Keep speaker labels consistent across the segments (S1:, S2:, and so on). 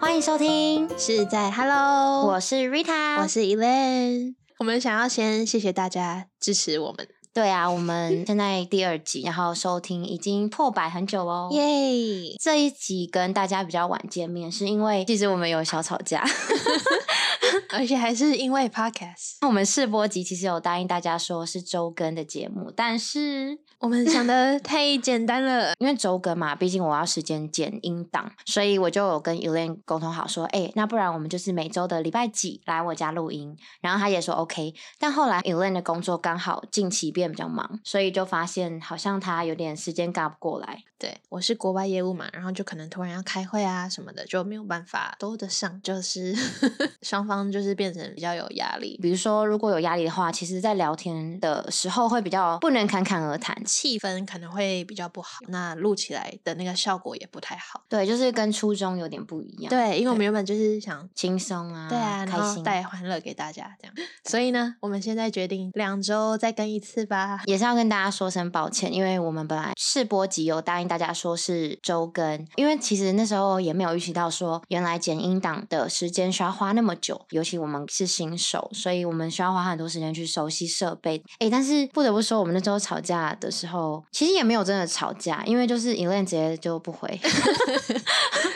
S1: 欢迎收听，
S2: 是在 Hello，
S1: 我是 Rita，
S2: 我是 Elaine。我们想要先谢谢大家支持我们，
S1: 对啊，我们现在第二集，然后收听已经破百很久哦。
S2: 耶！
S1: 这一集跟大家比较晚见面，是因为其实我们有小吵架。
S2: 而且还是因为 Podcast，
S1: 我们试播集其实有答应大家说是周更的节目，但是。
S2: 我们想 的太简单了
S1: 因为周更嘛，毕竟我要时间剪音档，所以我就有跟 Elaine 沟通好说，哎、那不然我们就是每周的礼拜几来我家录音。然后他也说 OK，但后来 Elaine 的工作刚好近期变比较忙，所以就发现好像他有点时间赶不过来。
S2: 对，我是国外业务嘛，然后就可能突然要开会啊什么的，就没有办法兜得上，就是 双方就是变成比较有压力，
S1: 比如说，如果有压力的话，其实在聊天的时候会比较不能侃侃而谈。
S2: 气氛可能会比较不好，那录起来的那个效果也不太好。
S1: 对，就是跟初中有点不一样。，
S2: 对，因为我
S1: 对
S2: 们原本就是想
S1: 轻松啊，
S2: 对啊，
S1: 开
S2: 然后
S1: 心，
S2: 带欢乐给大家这样。所以呢，我们现在决定两周再更一次吧。
S1: 也是要跟大家说声抱歉，因为我们本来试播集有答应大家说是周更，因为其实那时候也没有预期到说原来剪音档的时间需要花那么久，尤其我们是新手，所以我们需要花很多时间去熟悉设备。诶，但是不得不说，我们那时候吵架的时候，其实也没有真的吵架，因为就是 Elaine 直接就不 回。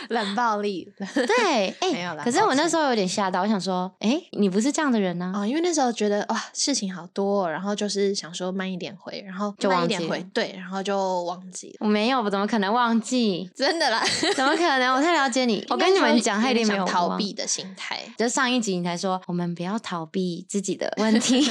S2: 冷暴力
S1: 对，哎、
S2: 没有啦
S1: 可是我
S2: 抱
S1: 那
S2: 歉
S1: 时候有点吓到，我想说，哎、你不是这样的人啊呢、
S2: 哦，因为那时候觉得哇事情好多哦，然后就是想说慢一点回，然后
S1: 就
S2: 慢
S1: 忘
S2: 一点
S1: 记
S2: 回
S1: 了，
S2: 对，然后就忘记了，
S1: 我没有，我怎么可能忘 记？
S2: 真的啦。
S1: 怎么可能？我太了解你。我跟你们讲，他
S2: 有
S1: 一定
S2: 点
S1: 没有
S2: 想逃
S1: 忘，
S2: 避。的心态
S1: 就上一集你才说，我们不要逃避自己的问 题。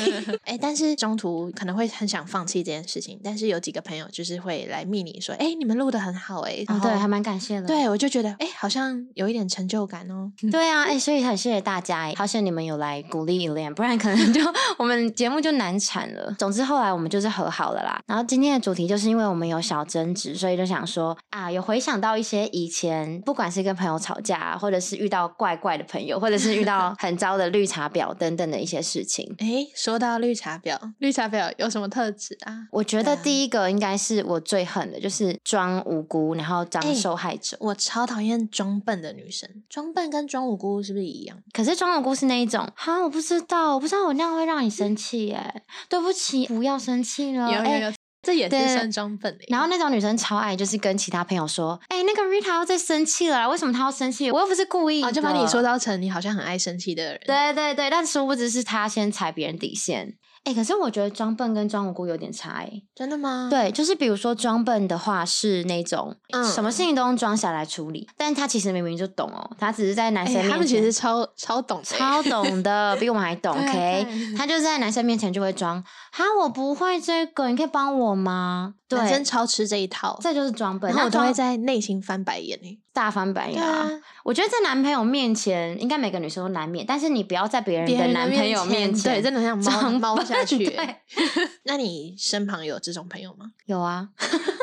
S2: 哎、但是中途可能会很想放弃这件事情，但是有几个朋友就是会来密你说，哎、你们录的很好、哎、然
S1: 哦，
S2: 后、
S1: 对，还蛮感谢的。
S2: 对我就觉得，哎、好像有一点成就感哦。
S1: 对啊，哎、所以很谢谢大家，哎好险你们有来鼓励 Elaine，不然可能就我们节目就难产了。总之后来我们就是和好了啦。然后今天的主题就是因为我们有小争执，所以就想说啊，有回想到一些以前，不管是跟朋友吵架啊，或者是遇到怪怪的朋友，或者是遇 到很糟的绿茶婊等等的一些事情。
S2: 哎、说到绿茶婊，绿茶婊有什么特质啊？
S1: 我觉得
S2: 对啊
S1: 第一个应该是我最恨的，就是装无辜，然后当
S2: 哎
S1: 受害者。
S2: 我超讨厌装笨的女生，装笨跟装无辜是不是一样？
S1: 可是装无辜是那一种，哈，我不知道，我不知道我那样会让你生气耶，对不起，不要生气了。哎
S2: 有，这也
S1: 对
S2: 是算装笨的。
S1: 然后那种女生超爱，就是跟其他朋友说，哎、那个 Rita 又在生气了啦，为什么她要生气？我又不是故意的、
S2: 哦，就把你说到成你好像很爱生气的人。
S1: 对对对，但殊不知是她先踩别人底线。哎、可是我觉得装笨跟装无辜有点差哎、
S2: 真的吗？
S1: 对，就是比如说装笨的话，是那种、
S2: 嗯
S1: 什么事情都用装傻来处理，但他其实明明就懂哦，他只是在男
S2: 哎，
S1: 生面前、
S2: 他们其实超超懂的欸。
S1: 超懂的，比我们还懂。
S2: 对啊
S1: OK，
S2: 对
S1: 他就是在男生面前就会装，哈，我不会这个，你可以帮我吗？
S2: 男
S1: 对
S2: 生，超吃这一套，
S1: 这就是装笨。
S2: 然后我都
S1: 那
S2: 会
S1: 装
S2: 在内心翻白眼欸
S1: 大翻白眼啊！，我觉得在男朋友面前，应该每个女生都难免，但是你不要在别人
S2: 别
S1: 的
S2: 人的
S1: 男朋友面前，
S2: 对，真的很想
S1: 装
S2: 猫 猫下
S1: 笨
S2: 去欸。
S1: 对，
S2: 那你身旁有这种朋友 吗？
S1: 有啊，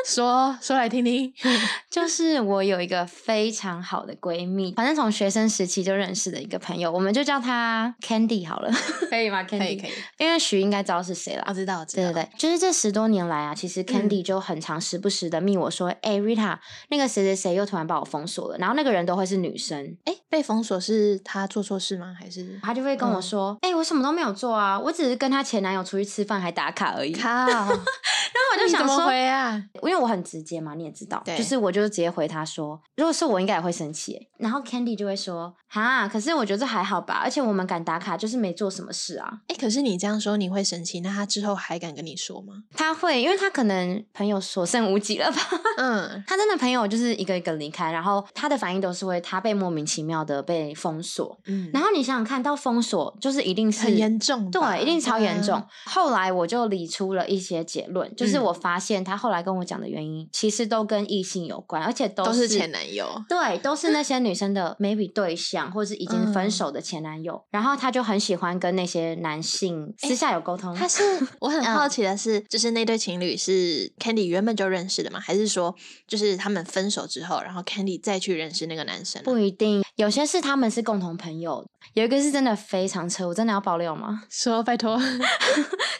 S2: 说说来听听。
S1: 就是我有一个非常好的闺蜜，反正从学生时期就认识的一个朋友，我们就叫她 Candy 好了，可以吗？Candy，
S2: 可以可以，
S1: 因为许应该知道是谁啦
S2: 我。知道，我知
S1: 对
S2: 道。
S1: 对对，就是这十多年来啊，其
S2: 嗯
S1: 实 Candy 就很常时不时的密我说，哎、r i t a 那个谁谁谁又突然把我封锁了，然后那个人都会是女生，
S2: 对，哎，被封锁是他做错事吗？还是
S1: 她就会跟我
S2: 嗯
S1: 说，哎、我什么都没有做啊，我只是跟她前男友出去吃饭还打卡而已。然后
S2: 靠？
S1: 我
S2: 那
S1: 就
S2: 你怎
S1: 想
S2: 么
S1: 说，
S2: 回啊？
S1: 因为我很直接嘛，你也知道，
S2: 对
S1: 就是我就直接回她说，如果是我应该也会生气欸、然后 Candy 就会说，哈，可是我觉得这还好吧，而且我们敢打卡就是没做什么事啊。
S2: 哎，可是你这样说你会生气，那他之后还敢跟你说 吗？
S1: 她会，因为她可能朋友所剩无几了吧。
S2: 嗯，
S1: 他真的朋友就是一个一个离开，然后他的反应都是会他被莫名其妙的被封锁，
S2: 嗯
S1: 然后你想想看到封锁就是一定是
S2: 很严重吧，
S1: 对，一定超严
S2: 啊
S1: 重。。后来我就理出了一些结论，就是
S2: 嗯
S1: 我发现他后来跟我讲的原因，其实都跟异性有关，而且都
S2: 都
S1: 是
S2: 是前男友。
S1: 对，都是那些女生的 maybe 对象，或是已经分
S2: 嗯
S1: 手的前男友。然后他就很喜欢跟那些男性私下有沟通。
S2: 他是 嗯我很好奇的是，就是那对情侣是 Candy 原本就认识的吗？还是说就是他们分手之后，然后 Candy 再去认识那个男生啊？
S1: 不一定，有些是他们是共同朋友，有一个是真的非常扯，我真的要爆料吗？
S2: 说拜托，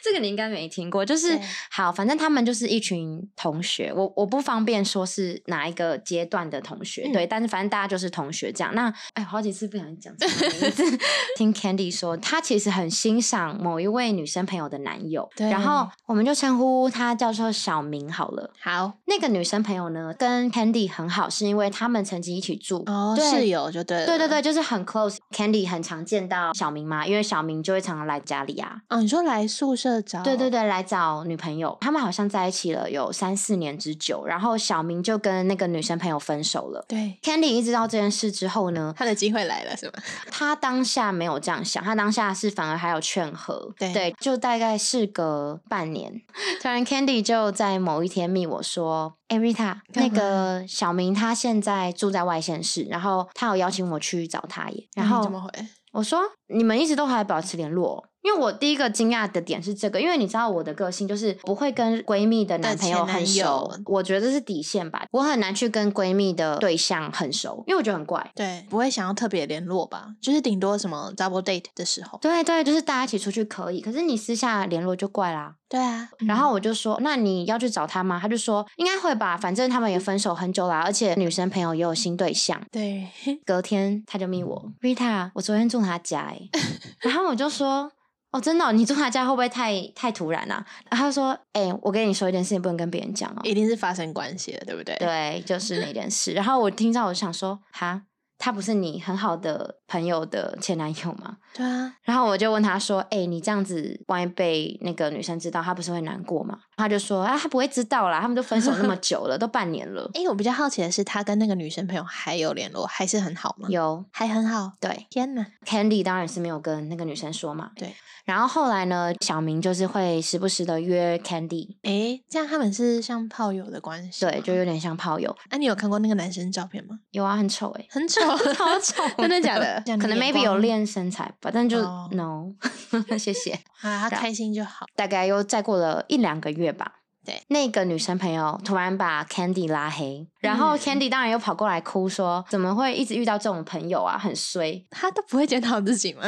S1: 这个你应该没听过，就是
S2: 对
S1: 好，反正他们就是一群同学，我我不方便说是哪一个阶段的同学，
S2: 嗯
S1: 对，但是反正大家就是同学这样。那哎，好几次不小心讲错名字 听 Candy 说，她其实很欣赏某一位女生朋友的男友，
S2: 对
S1: 然后我们就称呼她叫做小明好了。
S2: 好
S1: 那个女生朋友呢，跟 Candy 很好，是因为他们曾经一起住。
S2: 哦，
S1: 对
S2: 室友就对了，
S1: 对对对，就是很 close。Candy 很常见到小明嘛，因为小明就会常常来家里啊。
S2: 哦，你说来宿舍找，
S1: 对对对，来找女朋友，他们好像在一起了有三四年之久，然后小明就跟那个女生朋友分手了。
S2: 对，
S1: Candy 一知道这件事之后呢，
S2: 他的机会来了是吗？
S1: 他当下没有这样想，他当下是反而还有劝和。
S2: 对
S1: 就大概事隔半年，突然 Candy 就在某一天密我说：“哎、r i t a 那
S2: 干嘛
S1: 个小明他现在住在外县市，然后他有邀请我去找他耶。”然
S2: 你
S1: 后
S2: 嗯怎么回？
S1: 我说你们一直都还保持联络哦、因为我第一个惊讶的点是这个，因为你知道我的个性就是不会跟闺蜜的男朋友很
S2: 前男
S1: 熟
S2: 友，
S1: 我觉得这是底线吧，我很难去跟闺蜜的对象很熟，因为我觉得很怪。
S2: 对，不会想要特别联络吧？就是顶多什么 double date 的时候。
S1: 对对，就是大家一起出去可以，可是你私下联络就怪啦。
S2: 对啊，
S1: 然
S2: 嗯
S1: 后我就说，那你要去找他吗？他就说应该会吧，反正他们也分手很久啦，而且女生朋友也有新对象。
S2: 对，
S1: 隔天他就密我，Rita，我昨天住他家哎、欸，然后我就说，哦，真的哦、你住他家会不会太太突然啊？然后他说，哎、我跟你说一件事情，不能跟别人讲哦。
S2: 一定是发生关系了，对不对？
S1: 对，就是那件事。然后我听到，我就想说，哈，他不是你很好的朋友的前男友吗？
S2: 对啊，
S1: 然后我就问他说：“哎、你这样子，万一被那个女生知道，她不是会难过吗？”他就说：“啊，她不会知道啦，他们都分手那么久了，都半年 了，
S2: 哎，我比较好奇的是，他跟那个女生朋友还有联络，还是很好吗？，
S1: 有
S2: 还很好。
S1: 对。”
S2: 天哪，
S1: Candy 当然是没有跟那个女生说嘛。
S2: 对。
S1: 然后后来呢，小明就是会时不时的约 Candy，
S2: 哎，这样他们是像炮友的关系吗？
S1: 对，就有点像炮友。
S2: 哎、你有看过那个男生照片吗？
S1: 有啊，很丑哎、
S2: 很丑，
S1: 超丑
S2: 真的假 的？
S1: 可能 maybe 有练身材吧，但就、
S2: 哦
S1: no，谢 谢。
S2: 啊，他开心就好。
S1: 大概又再过了一两个月吧。
S2: 对，
S1: 那个女生朋友突然把 Candy 拉黑，然后
S2: 嗯
S1: Candy 当然又跑过来哭说：“怎么会一直遇到这种朋友啊，很衰
S2: 他都不会检讨自己吗？！”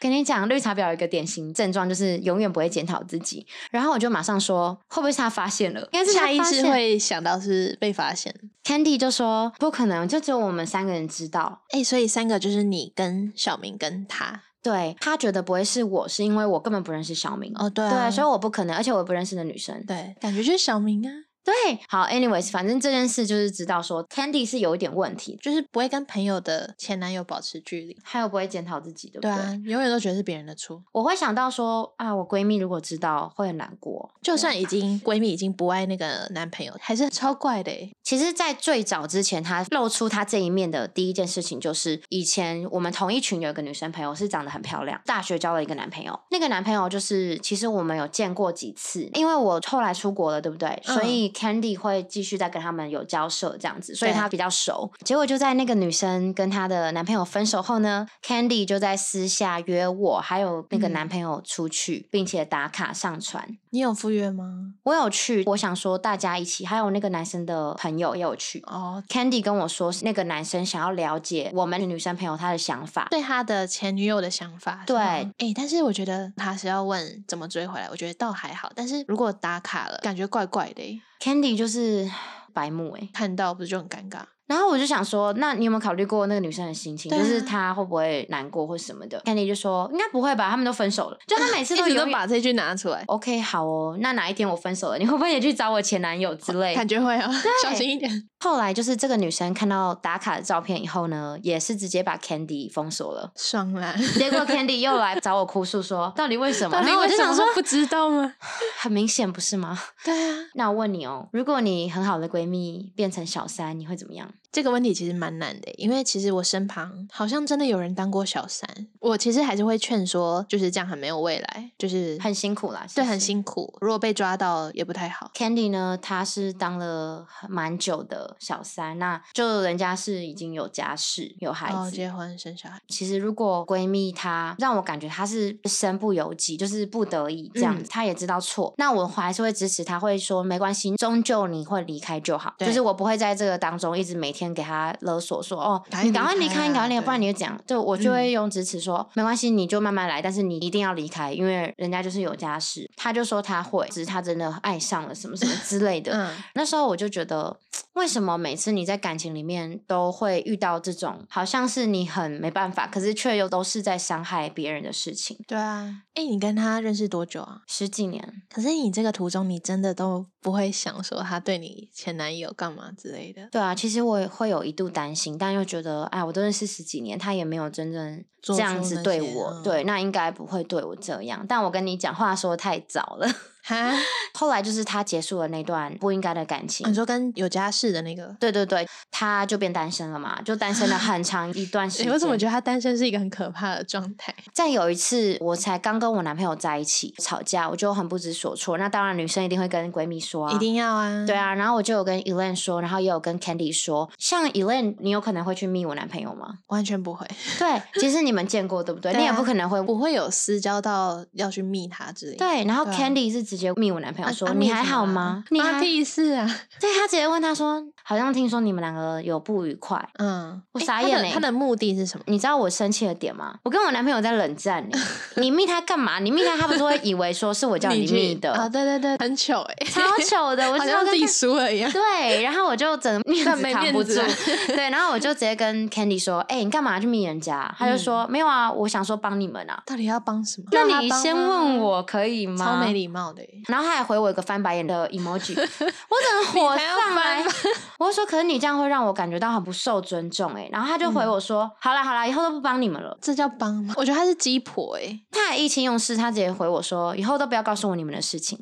S1: 跟你讲，绿茶婊有一个典型症状就是永远不会检讨自己。然后我就马上说：“会不会是他发现 了？”应该是他
S2: 下意
S1: 发
S2: 识
S1: 现
S2: 会想到是被发现。
S1: Candy 就说：“不可能，就只有我们三个人知道。”
S2: 哎、所以三个就是你跟小明跟他。
S1: 对他觉得不会是我，是因为我根本不认识小明。
S2: 哦，对啊，
S1: 对，所以我不可能，而且我也不认识的女生。
S2: 对，感觉就是小明啊，
S1: 对，好，anyways，反正这件事就是知道说 Candy 是有一点问题，
S2: 就是不会跟朋友的前男友保持距离。
S1: 还有不会检讨自己，对不
S2: 对
S1: 对？
S2: 啊，永远都觉得是别人的错。
S1: 我会想到说啊，我闺蜜如果知道会很难过。啊
S2: 就算已经闺蜜已经不爱那个男朋友，还是超怪的欸。
S1: 其实，在最早之前，她露出她这一面的第一件事情，就是以前我们同一群有一个女生朋友是长得很漂亮，大学交了一个男朋友。那个男朋友就是，其实我们有见过几次，因为我后来出国了，对不对？所
S2: 嗯
S1: 以 Candy 会继续再跟他们有交涉这样子，所以
S2: 对
S1: 她比较熟。结果就在那个女生跟她的男朋友分手后呢，Candy 就在私下约我还有那个
S2: 嗯
S1: 男朋友出去，并且打卡上传。
S2: 你有赴约吗？
S1: 我有去，我想说大家一起，还有那个男生的朋友也有去。
S2: 哦，
S1: Candy 跟我说，那个男生想要了解我们女生朋友她的想法。
S2: 对他的前女友的想法。
S1: 对
S2: 哎、诶但是我觉得他是要问怎么追回来，我觉得倒还好。但是如果打卡了，感觉怪怪的欸，
S1: Candy 就是白目哎、
S2: 看到不是就很尴尬？
S1: 然后我就想说，那你有没有考虑过那个女生的心情，
S2: 对啊
S1: 就是她会不会难过或什么的？Candy 就说应该不会吧，他们都分手了，就她每次
S2: 一
S1: 都
S2: 直
S1: 有
S2: 都把这句拿出来，
S1: OK 好哦，那哪一天我分手了，你会不会也去找我前男友之 类的
S2: 感？觉会啊，小心一点。
S1: 后来就是这个女生看到打卡的照片以后呢，也是直接把 Candy 封锁了。
S2: 爽 啦！
S1: 结果 Candy 又来找我哭诉说，到底为什么？
S2: 到底
S1: 然后我
S2: 为
S1: 就
S2: 什
S1: 想
S2: 么
S1: 说，
S2: 不知道吗？
S1: 很明显不是吗？
S2: 对啊，
S1: 那我问你哦，如果你很好的闺蜜变成小三，你会怎么样？
S2: 这个问题其实蛮难的，因为其实我身旁好像真的有人当过小三，我其实还是会劝说，就是这样很没有未来，就是
S1: 很辛苦啦，其
S2: 对很
S1: 实。
S2: 辛苦，如果被抓到也不太好。
S1: Candy 呢，她是当了蛮久的小三，那就人家是已经有家室、有孩
S2: 哦，
S1: 子。
S2: 结婚生小孩，
S1: 其实如果闺蜜她让我感觉她是身不由己，就是不得已这样子，
S2: 嗯
S1: 她也知道错，那我还是会支持她，会说没关系，终究你会离开就好，
S2: 对
S1: 就是我不会在这个当中一直每每天给他勒索说，哦
S2: 赶，
S1: 你
S2: 紧
S1: 赶快
S2: 离
S1: 离
S2: 开
S1: 开，你赶
S2: 啊
S1: 快离开，
S2: 对嗯
S1: 不然你就讲，对我就会用支持说，没关系，你就慢慢来，但是你一定要离开，因为人家就是有家室。他就说他会，只是他真的爱上了什么什么之类的。
S2: 嗯，
S1: 那时候我就觉得，为什么每次你在感情里面都会遇到这种，好像是你很没办法，可是却又都是在伤害别人的事情？
S2: 对啊。哎、你跟他认识多久啊？
S1: 十几年，
S2: 可是你这个途中，你真的都不会想说他对你前男友干嘛之类的，
S1: 对啊，其实我也会有一度担心，但又觉得，哎，我都认识十几年，他也没有真正
S2: 做
S1: 这样
S2: 出
S1: 子
S2: 那
S1: 对
S2: 些
S1: 我，
S2: 嗯
S1: 对，那应该不会对我这样。但我跟你讲话说太早了，
S2: 哈？
S1: 后来就是他结束了那段不应该的感情
S2: 你，说跟有家室的那 个，
S1: 对对对，他就变单身了嘛，就单身了很长一 段时
S2: 哎你
S1: 间。
S2: 为什么觉得他单身是一个很可怕的状态？
S1: 再有一次，我才刚跟我男朋友在一起吵架，我就很不知所措。那当然，女生一定会跟闺蜜说、啊，
S2: 一。定要啊，
S1: 对，啊，然后我就有跟 Elaine 说，然后也有跟 Candy 说，像 Elaine，你有可能会去密我男朋友吗？
S2: 完全不会，
S1: 对，其实你们见过对不对？
S2: 对
S1: 你也
S2: 啊
S1: 不可能会
S2: 不会有私交到要去密他之类的。
S1: 对，然后
S2: 对啊
S1: Candy 是直接密我男朋
S2: 啊，
S1: 友说、
S2: 啊
S1: 你
S2: 密
S1: 还
S2: 什么
S1: 好
S2: 啊
S1: 吗？你
S2: 关
S1: 还
S2: 屁事啊！
S1: 对他直接问他说，好像听说你们两个有不愉快，
S2: 嗯，
S1: 我
S2: 诶
S1: 傻
S2: 他
S1: 眼
S2: 的
S1: 欸
S2: 他的目的是什么？
S1: 你知道我生气的点吗？我跟我男朋友在冷战 呢、你密他干嘛？你密他，他不是会以为说是我叫 你
S2: 去
S1: 密哦的，
S2: 啊？对对对，很糗哎，
S1: 超糗的，我
S2: 好
S1: 真的
S2: 像
S1: 跟
S2: 自己
S1: 他
S2: 输了一样。
S1: 对，然后我就整个面
S2: 但
S1: 子
S2: 没
S1: 扛
S2: 面
S1: 不住
S2: 子啊，
S1: 对，然后我就直接跟 Candy 说：“哎、你干嘛去密人家？”他就说：“没有啊，我想说帮你们啊。
S2: 到底要帮什么”？
S1: 那
S2: 嗯让他
S1: 你
S2: 帮
S1: 先
S2: 啊
S1: 问，我可以吗？
S2: 超没礼貌的欸。
S1: 然后他还回我一个翻白眼的 emoji，我整个火
S2: 你才要
S1: 上来
S2: 翻白，
S1: 我就说：“可是你这样会让我感觉到很不受尊重。”哎，然后他就
S2: 嗯
S1: 回我说：“好啦好啦，以后都不帮你们了。”
S2: 这叫帮吗？我觉得他是鸡婆哎，
S1: 他还意气用事，他直接回我说：“以后都不要告诉我你们的事情。”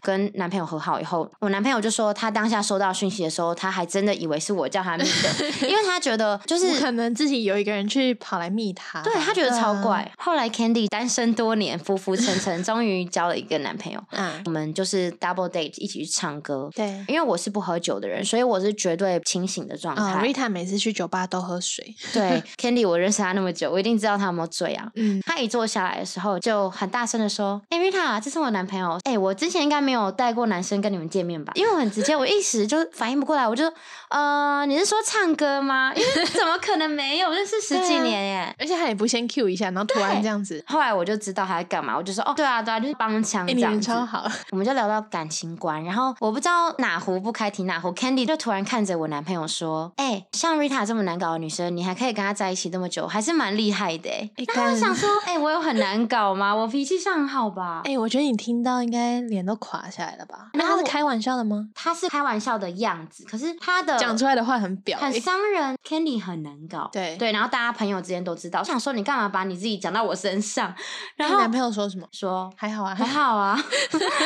S1: 跟男朋友和好以后，我男朋友就说，他当下收到讯息的时候，他还真的以为是我叫他密的，因为他觉得就
S2: 不
S1: 是。
S2: 可能自己有一个人去跑来密他吧，
S1: 对他觉得超
S2: 啊。
S1: 怪。后来 Candy 单身多年，浮浮沉沉，终于交了一个男朋友。
S2: 嗯，
S1: 我们就是 double date 一起去唱歌。
S2: 对。
S1: 因为我是不喝酒的人，所以我是绝对清醒的状
S2: 啊、
S1: 态。
S2: r i t a 每次去酒吧都喝水。
S1: 对 Candy，我认识他那么久，我一定知道他有没有醉啊。
S2: 嗯，
S1: 他一坐下来的时候，就很大声的说：“哎、r i t a 这是我男朋友。哎、我之前应该没有带过男生跟你们见面吧？因为我很直接，我一时就反应不过来，我就呃，你是说唱歌吗？因为怎么可能没有？我认识十几
S2: 啊
S1: 年耶。
S2: 而且他也不先 Q 一下，然后突然
S1: 对
S2: 这样子，
S1: 后来我就知道他在干嘛，我就说哦，对啊，对啊，就是帮腔
S2: 哎、
S1: 这
S2: 你
S1: 样
S2: 人
S1: 子。
S2: 超好，
S1: 我们就聊到感情观，然后我不知道哪壶不开提哪壶，Candy 就突然看着我男朋友说：“哎、像 Rita 这么难搞的女生，你还可以跟她在一起这么久，还是蛮厉害的、欸。
S2: 哎
S1: 那我
S2: 干
S1: 想说，哎、我有很难搞吗？我脾气上很好吧？
S2: 哎、我觉得你听到应该脸都垮下来了吧？那
S1: 然
S2: 他
S1: 后
S2: 是
S1: 我
S2: 开玩笑的吗？
S1: 她是开玩笑的样子，可是她的
S2: 讲出来的话很表、
S1: 很
S2: 欸，
S1: 伤人，Candy 很难搞。
S2: 对
S1: 对，然后大家朋友之间都知道。我想说，你干嘛把你自己讲到我身上？然
S2: 你
S1: 后
S2: 男朋友说什么？
S1: 说
S2: 还好啊，
S1: 还好 啊，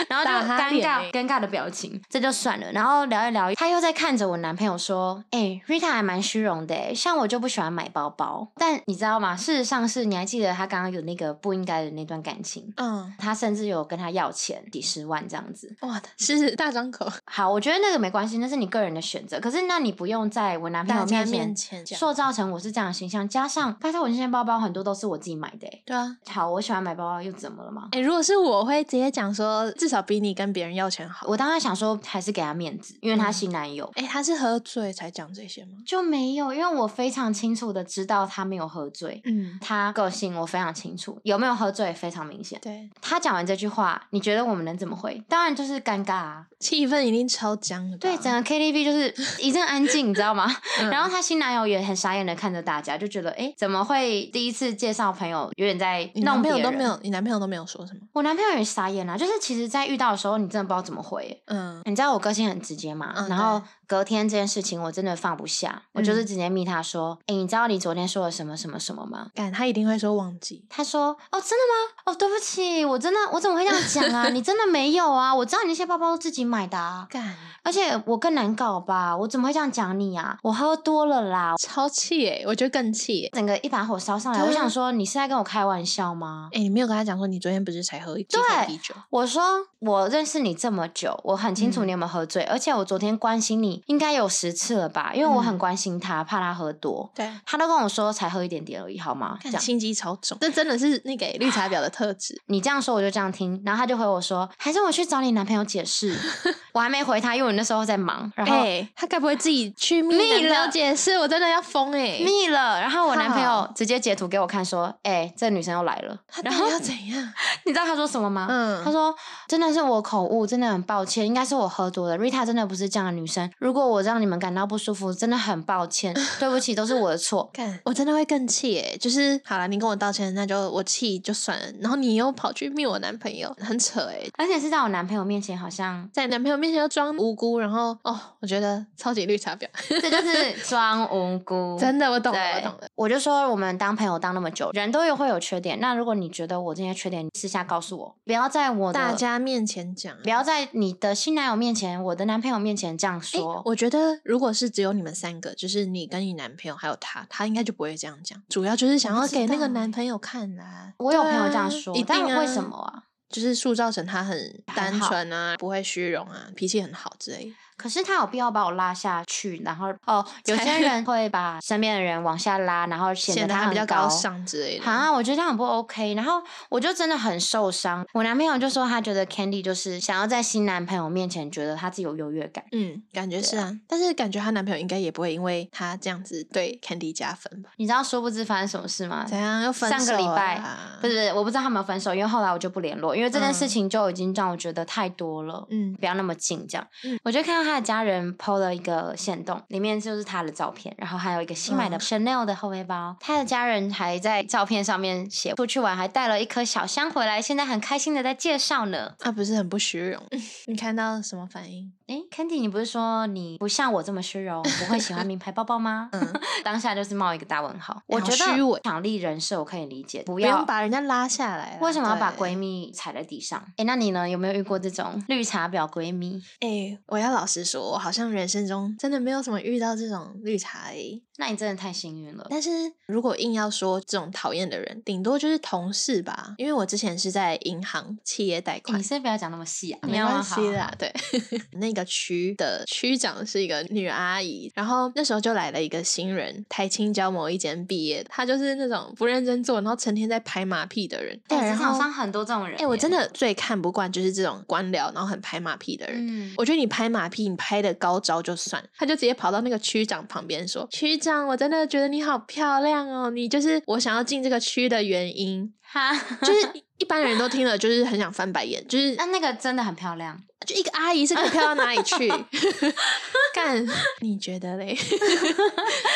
S1: 然后就
S2: 打哈
S1: 尴
S2: 脸
S1: 尬
S2: 欸
S1: 尴尬的表情，这就算了。然后聊一聊，他又在看着我男朋友说：“哎、r i t a 还蛮虚荣的、欸，像我就不喜欢买包包。”但你知道吗？事实上是，你还记得他刚刚有那个不应该的那段感情。
S2: 嗯，
S1: 他甚至有跟他要钱几十万这样子。
S2: 哇， 是大张口，
S1: 好，我觉得那个没关系，那是你个人的选择。可是那你不用在我男朋
S2: 大
S1: 友
S2: 家
S1: 面前
S2: 面前讲，
S1: 塑造成我是这样的形象，加上刚才我那些包包很多都是我自己买的、欸。
S2: 对啊。
S1: 好，我喜欢买包包又怎么了吗？
S2: 哎、如果是我会直接讲说，至少比你跟别人要钱好。
S1: 我当时想说还是给他面子，因为他
S2: 嗯
S1: 新男友、
S2: 哎、他是喝醉才讲这些吗？
S1: 就没有，因为我非常清楚的知道他没有喝醉。
S2: 嗯，
S1: 他个性我非常清楚，有没有喝醉非常明显。
S2: 对，
S1: 他讲完这句话，你觉得我们能怎么回？当然就是尴尬啊！
S2: 气氛一定超僵的吧。
S1: 对，整个 KTV 就是一阵安静，你知道吗？
S2: 啊 嗯
S1: 然后她新男友也很傻眼的看着大家，就觉得哎，诶怎么会第一次介绍朋友有点在
S2: 你
S1: 弄
S2: 男朋
S1: 别
S2: 友
S1: 人？
S2: 都没有，你男朋友都没有说什么。
S1: 我男朋友也傻眼啦、啊就是其实在遇到的时候，你真的不知道怎么回、欸诶
S2: 嗯，
S1: 你知道我个性很直接嘛，
S2: 嗯
S1: 然后隔天这件事情我真的放不下，我就是直接密他说：“哎、你知道你昨天说了什么什么什么吗
S2: 感他一定会说忘记？”。
S1: 他说：“哦，真的吗？哦，对不起，我真的我怎么会这样讲啊？你真的没有啊？我知道你那些包包都自己买的啊，
S2: 干，
S1: 而且我更难搞吧？我怎么会这样讲你啊？我喝多了啦，
S2: 超气哎、我觉得更气哎、
S1: 整个一把火烧上来。
S2: 对啊
S1: 我想说，你是在跟我开玩笑吗？”
S2: 哎、你没有跟他讲说你昨天不是才喝几口
S1: 对
S2: 啤酒。
S1: 我说我认识你这么久，我很清楚
S2: 嗯
S1: 你有没有喝醉，而且我昨天关心你应该有十次了吧，因为我
S2: 嗯
S1: 很关心他，怕他喝多，
S2: 对，
S1: 他都跟我说才喝一点点而已，好吗？这
S2: 看
S1: 样
S2: 心机超重，这真的是那个绿茶婊的特 质。
S1: 你这样说我就这样听，然后他就回我说，还是我去找你男朋友解释。我还没回他，因为我那时候在忙，然后
S2: 哎，他该不会自己去密
S1: 密
S2: 男朋友
S1: 了
S2: 解释？我真的要疯哎！
S1: 腻了，然后我男朋友
S2: 好
S1: 直接截图给我看，说，哎、这女生又来 了。
S2: 他到
S1: 然
S2: 底
S1: 后
S2: 要怎样？
S1: 你知道他说什么吗？
S2: 嗯
S1: 他说：“真的是我口误，真的很抱歉，应该是我喝多了。Rita 真的不是这样的女生，如果我让你们感到不舒服，真的很抱歉， 对不起，都是我的错。
S2: 干，我真的会更气哎！就是好了，你跟我道歉，那就我气就算了。然后你又跑去密我男朋友，很扯哎！
S1: 而且是在我男朋友面前，好像
S2: 在男朋友面前要装无辜，然后哦，我觉得超级绿 茶婊，
S1: 这就是 装无辜。”
S2: 真的，我懂了，我
S1: 对
S2: 懂了。，
S1: 我就说我们当朋友当那么久，人都有会有缺点。那如果你觉得我这些缺点，你私下告诉我，不要在我的
S2: 大家面前讲，
S1: 不要在你的新男友面前、我的男朋友面前这样
S2: 诶
S1: 说。
S2: 我觉得如果是只有你们三个，就是你跟你男朋友还有他，他应该就不会这样讲。主要就是想
S1: 我
S2: 要
S1: 不知
S2: 给那个
S1: 道
S2: 男
S1: 诶
S2: 朋友看啦。
S1: 我有
S2: 对
S1: 朋友
S2: 啊
S1: 这样说，
S2: 一
S1: 但
S2: 定啊
S1: 为什么啊？
S2: 就是塑造成他很单
S1: 好
S2: 纯啊，不会虚荣啊，脾气很好之类的。
S1: 可是他有必要把我拉下去，然后哦，有
S2: 才
S1: 些人会把身边的人往下拉，然后
S2: 显
S1: 显
S2: 得
S1: 得
S2: 他
S1: 很
S2: 比较高。尚之类的。
S1: 啊，我觉得这样很不 OK，然后我就真的很受伤。我男朋友就说他觉得 Candy 就是想要在新男朋友面前觉得他自己有优越感，
S2: 嗯，感觉是啊，但是感觉她男朋友应该也不会因为她这样子对 Candy 加分吧？
S1: 你知道殊不知发生什么事吗？
S2: 怎样又分手
S1: 上个礼拜
S2: 啦
S1: 不是，不是我不知道他们分手，因为后来我就不联络，因为这件
S2: 啊嗯
S1: 事情就已经让我觉得太多了。
S2: 嗯，
S1: 不要那么近，这样。
S2: 嗯
S1: 我就看到他的家人 PO 了一个线动，里面就是他的照片，然后还有一个新买的
S2: 嗯
S1: Chanel 的后背包。他的家人还在照片上面写出去玩还带了一颗小箱回来，现在很开心的在介绍呢。
S2: 他不是很不 虚荣？你看到什么反应？
S1: 诶 c a n d y 你不是说你不像我这么虚荣，不会喜欢名牌包包 吗？当下就是冒一个大问号。我觉
S2: 嗯好虚
S1: 得
S2: 伪
S1: 场立人设我可以理解，不
S2: 不
S1: 要
S2: 用把人家拉下来啦。
S1: 为什么要把
S2: 对
S1: 闺蜜踩在地上？诶，那你呢？有没有遇过这种绿茶婊闺蜜？
S2: 哎、我要老实说，我好像人生中真的没有什么遇到这种绿茶哎、
S1: 那你真的太幸运了。
S2: 但是如果硬要说这种讨厌的人，顶多就是同事吧，因为我之前是在银行企业贷款
S1: 你，先不要讲那么细啊，
S2: 没
S1: 要
S2: 关系啦，对， 那个区的区长是一个女阿姨，然后那时候就来了一个新人，台青交某一间毕业的，她就是那种不认真做，然后成天在拍马屁的人。
S1: 对，哦
S2: 然
S1: 职场
S2: 后
S1: 上很多这种人耶。
S2: 哎、我真的最看不惯就是这种官僚，然后很拍马屁的人。
S1: 嗯，
S2: 我觉得你拍马屁，你拍的高招就算，他就直接跑到那个区长旁边说：“区长，我真的觉得你好漂亮哦，你就是我想要进这个区的原因。
S1: 哈，”
S2: 就是一般人都听了就是很想翻白眼，就是
S1: 那那个真的很漂亮。
S2: 就一个阿姨是可以飘到哪里去？ 干，你觉得 嘞？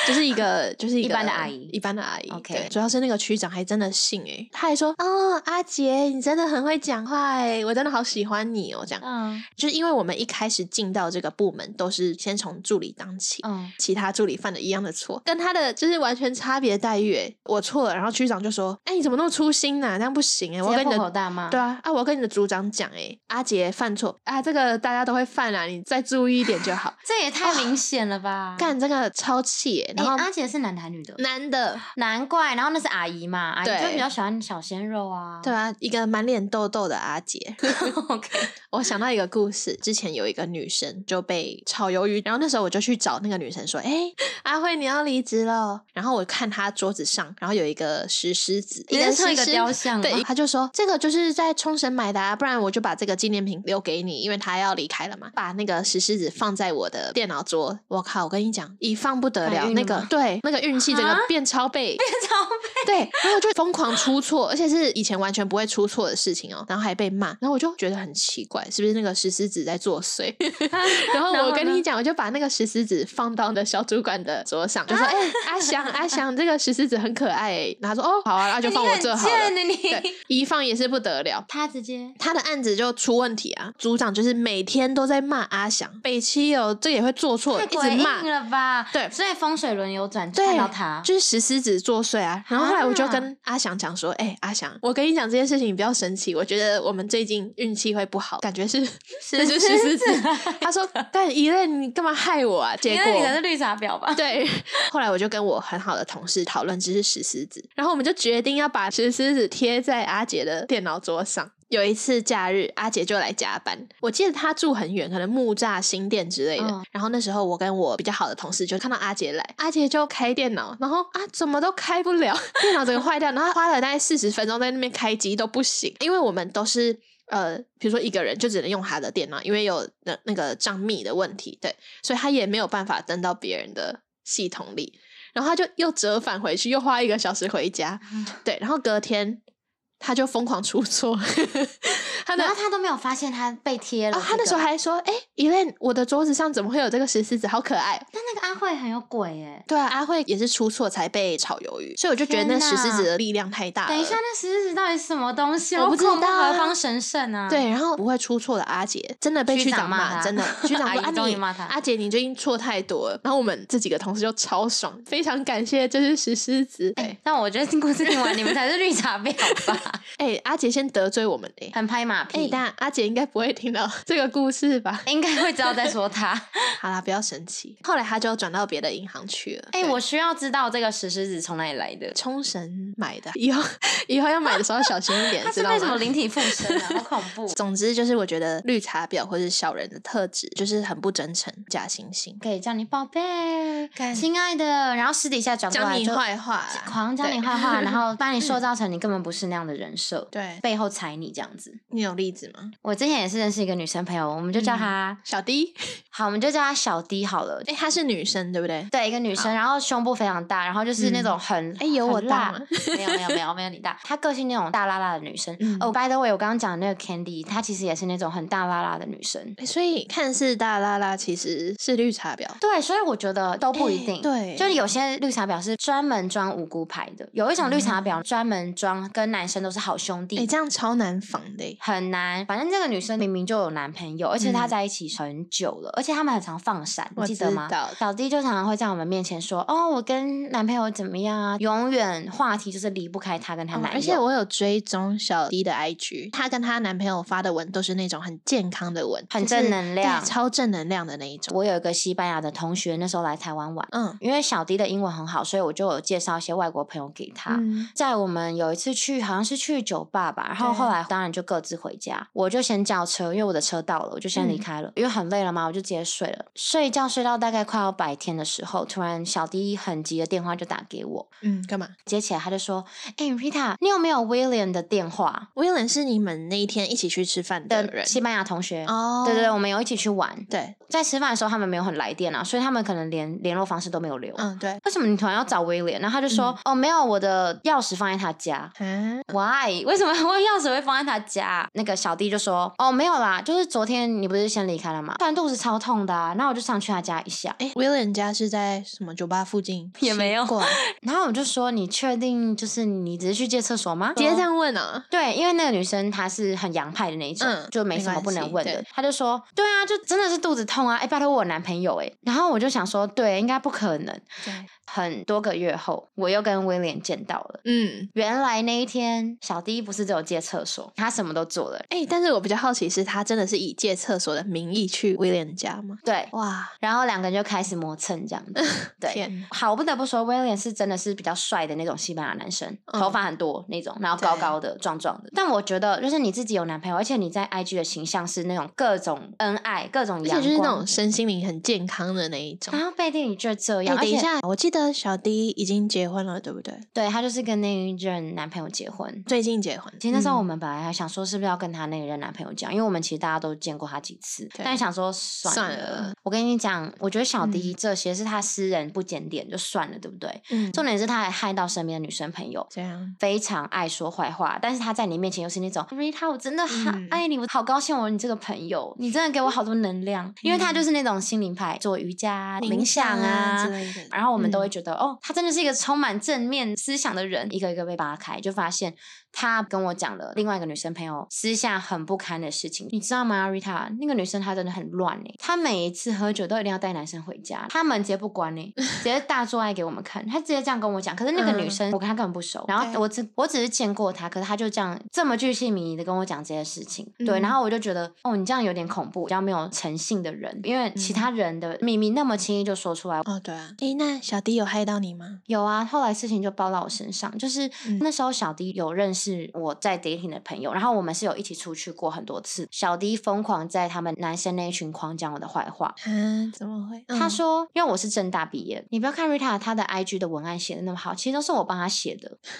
S2: 就是一个，就是一个
S1: 一般的阿姨
S2: 一般的阿姨。
S1: OK
S2: 对主要是那个区长还真的信诶、他还说：“哦，阿杰，你真的很会讲话诶、我真的好喜欢你哦。”这样，
S1: 嗯
S2: 就是因为我们一开始进到这个部门，都是先从助理当起。
S1: 嗯，
S2: 其他助理犯了一样的错，跟他的就是完全差别待遇、欸。我错了，然后区长就说：“哎、你怎么那么粗心呐、这样不行哎、我
S1: 直
S2: 要
S1: 接
S2: 跟你
S1: 破口
S2: 的
S1: 大骂。。
S2: 对啊，啊，我要跟你的组长讲、欸，阿杰犯错啊，这个大家都会犯啦、你再注意一点就好
S1: 这也太明显了吧！
S2: 干这个超气、欸，
S1: 哎，
S2: 然后、
S1: 阿杰是男的还是女的？
S2: 男的，
S1: 难怪，然后那是阿姨嘛，阿姨就
S2: 对
S1: 比较喜欢小鲜肉啊。
S2: 对啊，一个满脸痘痘的阿杰。
S1: ，OK，
S2: 我想到一个故事，之前有一个女生就被炒鱿鱼，然后那时候我就去找那个女生说，哎、阿慧你要离职了。然后我看她桌子上，然后有一个石狮子，
S1: 你
S2: 个
S1: 是说一个
S2: 石狮
S1: 雕像吗？
S2: 对，他就说这个就是在冲绳买的、啊，不然我就把这个纪念品留给你，因为他要离开了嘛。把那个石狮子放在我的电脑桌，我靠，我跟你讲，一放不得
S1: 很
S2: 了，
S1: 晕
S2: 那
S1: 了
S2: 个
S1: 吗
S2: 对那个运气整个
S1: 啊
S2: 变超倍，
S1: 超
S2: 对，然后我就疯狂出错，而且是以前完全不会出错的事情哦，然后还被骂，然后我就觉得很奇怪，是不是那个石狮子在作祟？ 然后
S1: 然
S2: 我
S1: 后
S2: 跟
S1: 呢
S2: 你讲，我就把那个石狮子放到我的小主管的桌上，就
S1: 啊
S2: 说：“哎、阿翔，阿翔，这个石狮子很可爱、欸。”然后他说：“哦，好啊，那就放我这好了。”
S1: 你 很贱欸
S2: 对
S1: 你，
S2: 一放也是不得了。
S1: 他直接
S2: 他的案子就出问题啊，组长就是每天都在骂阿翔，北七哦，这也会做错，
S1: 太
S2: 一
S1: 诡
S2: 直骂
S1: 异，了吧？
S2: 对
S1: 所以风水轮流转，
S2: 对
S1: 看到他，
S2: 就是石狮子作祟啊。然后后来我就
S1: 啊
S2: 跟阿翔讲说，哎、阿翔，我跟你讲这件事情，你不要生气，我觉得我们最近运气会不好，感觉 是这就是石狮子。 他说，但一任你干嘛害我啊？结
S1: 因
S2: 果
S1: 为你可能是绿茶婊吧？
S2: 对， 后来我就跟我很好的同事讨论这是石狮子，然后我们就决定要把石狮子贴在阿杰姐的电脑桌上。有一次假日，阿杰就来加班。我记得他住很远，可能木栅新店之类的。
S1: 嗯
S2: 然后那时候我跟我比较好的同事就看到阿杰来，阿杰就开电脑，然后啊怎么都开不了， 电脑整个坏掉。然后他花了大概四十分钟在那边开机都不行，因为我们都是呃，比如说一个人就只能用他的电脑，因为有那那个账密的问题，对，所以他也没有办法登到别人的系统里。然后他就又折返回去，又花一个小时回家，
S1: 嗯
S2: 对，然后隔天他就疯狂出错， 他的
S1: 然后他都没有发现哦他被贴了、
S2: 啊，他那时候，还说：“哎、e l a i n 我的桌子上怎么会有这个石狮子？好可爱哦！”
S1: 但那个阿慧很有鬼耶。
S2: 对啊，阿慧也是出错才被炒鱿鱼，所以我就觉得那
S1: 天
S2: 石狮
S1: 哪
S2: 子的力量太大了。
S1: 等一下，那石狮子到底是什么东西？
S2: 我不知
S1: 恐怖
S2: 道啊
S1: 何方神圣啊？
S2: 对，然后不会出错的阿杰真的被
S1: 区
S2: 区
S1: 长
S2: 长
S1: 骂
S2: 骂，
S1: 他
S2: 真的区长
S1: 阿
S2: 说
S1: 姨终于
S2: 啊
S1: 骂
S2: 你
S1: 他
S2: 阿杰你最近错太多了。然后我们这几个同事就超爽，非常感谢这只石狮子。
S1: 哎、
S2: 哎
S1: 但我觉得经故事听完，你们才是绿茶婊吧？
S2: 哎，阿杰先得罪我们哎、
S1: 很拍马
S2: 哎，
S1: 屁，
S2: 但阿杰应该不会听到这个故事吧？
S1: 应该会知道在说他。
S2: 好啦，不要生气。后来他就转到别的银行去了。
S1: 哎、
S2: 对
S1: 我需要知道这个石狮子从哪里来的。
S2: 冲绳买的，以后以后要买的时候小心一点
S1: 啊 他，
S2: 知
S1: 是
S2: 道
S1: 为什么
S2: 吗？
S1: 灵体附身 啊？好恐怖！
S2: 总之就是，我觉得绿茶婊或是小人的特质就是很不真诚、假惺惺，
S1: 可以叫你宝贝
S2: 干、
S1: 亲爱的，然后私底下转过
S2: 讲
S1: 来
S2: 你
S1: 就
S2: 坏话啦，
S1: 狂讲你
S2: 对
S1: 坏话，然后把你塑造成你根本不是那样的人设，
S2: 对，
S1: 背后踩你这样子。
S2: 你有例子吗？
S1: 我之前也是认识一个女生朋友，我们就叫
S2: 嗯
S1: 她、
S2: 小 D，
S1: 好，我们就叫她小 D 好了。
S2: 哎、她是女生对不对？
S1: 对，一个女生，然后胸部非常大，然后就是那种很
S2: 哎有
S1: 很
S2: 我大
S1: 辣
S2: 吗，
S1: 没有没有没有没有你大，她个性那种大辣辣的女生。
S2: 嗯
S1: 哦、b y the way，我刚刚讲的那个 Candy，她其实也是那种很大辣辣的女生。
S2: 诶哎所以看似大拉拉，其实是绿茶婊。
S1: 对，所以我觉得都不一
S2: 哎
S1: 定。
S2: 对
S1: 就是有些绿茶婊是专门装无辜牌的，有一种绿茶婊专门装跟男生都是好兄弟。
S2: 哎、这样超难防的、欸诶
S1: 很难，反正这个女生明明就有男朋友，而且她
S2: 嗯
S1: 在一起很久了，而且他们很常放闪，
S2: 我
S1: 你记得
S2: 知
S1: 吗
S2: 道？
S1: 小弟就常常会在我们面前说：“哦，我跟男朋友怎么样啊？”永远话题就是离不开她跟她
S2: 哦
S1: 男友。
S2: 而且我有追踪小 D 的 IG，她跟她男朋友发的文都是那种很健康的文，
S1: 很
S2: 就是
S1: 正能量
S2: 对超正能量的那一种。
S1: 我有一个西班牙的同学，那时候来台湾玩，
S2: 嗯
S1: 因为小弟的英文很好，所以我就有介绍一些外国朋友给他。
S2: 嗯，
S1: 在我们有一次去，好像是去酒吧吧，然后
S2: 对
S1: 后来当然就各自回家。我就先叫车，因为我的车到了，我就先离
S2: 嗯
S1: 开了，因为很累了嘛，我就直接睡了。睡觉睡到大概快要白天的时候，突然小弟很急的电话就打给我，
S2: 嗯，干嘛
S1: 接起来他就说：“哎、r i t a 你有没有 William 的电话
S2: ？William 是你们那一天一起去吃饭的
S1: 的
S2: 人
S1: 西班牙同学？”
S2: 哦，
S1: 对对对，我们有一起去玩，
S2: 对，
S1: 在吃饭的时候他们没有很来电啊，所以他们可能连联络方式都没有留。
S2: 嗯对，
S1: 为什么你突然要找威廉？然后他就说：“哦，没有，我的钥匙放在他家。”
S2: 啊，
S1: Why？为什 么我钥匙会放在他家？那个小弟就说：“哦，没有啦，就是昨天你不是先离开了吗？突然肚子超痛的、啊，那我就上去他家一下。
S2: 哎，William 家是在什么酒吧附近？
S1: 也没有
S2: 奇怪
S1: 然后我就说：你确定就是你只是去借厕所吗？
S2: 直接这样问啊？
S1: 对，因为那个女生她是很洋派的那一种，
S2: 嗯
S1: 就没什么不能问
S2: 没关
S1: 的
S2: 系。
S1: 她就说：对啊，就真的是肚子痛啊！哎，拜托我有男朋友哎。然后我就想说：对，应该不可能。
S2: 对，
S1: 很多个月后，我又跟威廉见到了。
S2: 嗯。
S1: 原来那一天，小弟不是只有借厕所，他什么都做了。
S2: 哎、但是我比较好奇是，他真的是以借厕所的名义去威廉家吗？
S1: 对，
S2: 哇，
S1: 然后两个人就开始磨蹭这样子。对，
S2: 嗯天，
S1: 好，我不得不说，威廉是真的是比较帅的那种西班牙男生，
S2: 嗯
S1: 头发很多那种，然后高高的、壮壮的。但我觉得，就是你自己有男朋友，而且你在 IG 的形象是那种各种恩爱、各种阳
S2: 而且
S1: 光，
S2: 就是那种身心灵很健康的那一种。
S1: 然后背地里就这
S2: 哎、
S1: 样。而
S2: 等一
S1: 且，
S2: 下，我记得小 D 已经结婚了，对不对？
S1: 对他就是跟那一任男朋友结婚。
S2: 最近结婚。
S1: 其实那时候我
S2: 嗯
S1: 们本来还想说，是不是要跟她那个任男朋友讲，因为我们其实大家都见过她几次，但想说算
S2: 算
S1: 了。
S2: 了
S1: 我跟你讲，我觉得小迪
S2: 嗯
S1: 这些是他私人不检点，就算了，对不对？
S2: 嗯，
S1: 重点是他还害到身边的女生朋友。
S2: 这样。
S1: 非常爱说坏话，但是他在你面前又是那种 Rita，我真的好
S2: 嗯
S1: 爱你，我好高兴我有你这个朋友，你真的给我好多能量，因为
S2: 嗯
S1: 他就是那种心灵派，做瑜伽啊、冥想啊
S2: 之类的，
S1: 然后我们都会
S2: 嗯
S1: 觉得，哦，他真的是一个充满正面思想的人。一个一个被扒开，就发现他跟我讲了另外一个女生朋友私下很不堪的事情，你知道吗，Rita？那个女生她真的很乱哎、她每一次喝酒都一定要带男生回家，她门直接不关 哎、直接大做爱给我们看。她直接这样跟我讲，可是那个女
S2: 嗯
S1: 生、我跟她根本不熟，然
S2: 对
S1: 后我只我只是见过她，可是她就这样这么巨细靡遗的跟我讲这些事情，对，
S2: 嗯
S1: 然后我就觉得，哦，你这样有点恐怖，比较没有诚信的人，因为
S2: 嗯
S1: 其他人的秘密那么轻易就说出来，
S2: 哦，对啊。哎、那小 D 有害到你吗？
S1: 有啊，后来事情就包到我身上，就是
S2: 嗯
S1: 那时候小迪有认识我在 dating 的朋友，然后我们是有一起出去过很多次。小 D 疯狂在他们男生那一群狂讲我的坏话。
S2: 啊，怎么会？
S1: 他
S2: 嗯
S1: 说：“因为我是正大毕业，你不要看 Rita 她的 IG 的文案写的那么好，其实都是我帮她写的。